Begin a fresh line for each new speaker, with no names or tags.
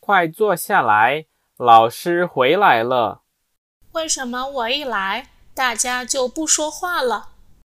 快坐下来，老师回来了。
为什么我一来，大家就不说话了？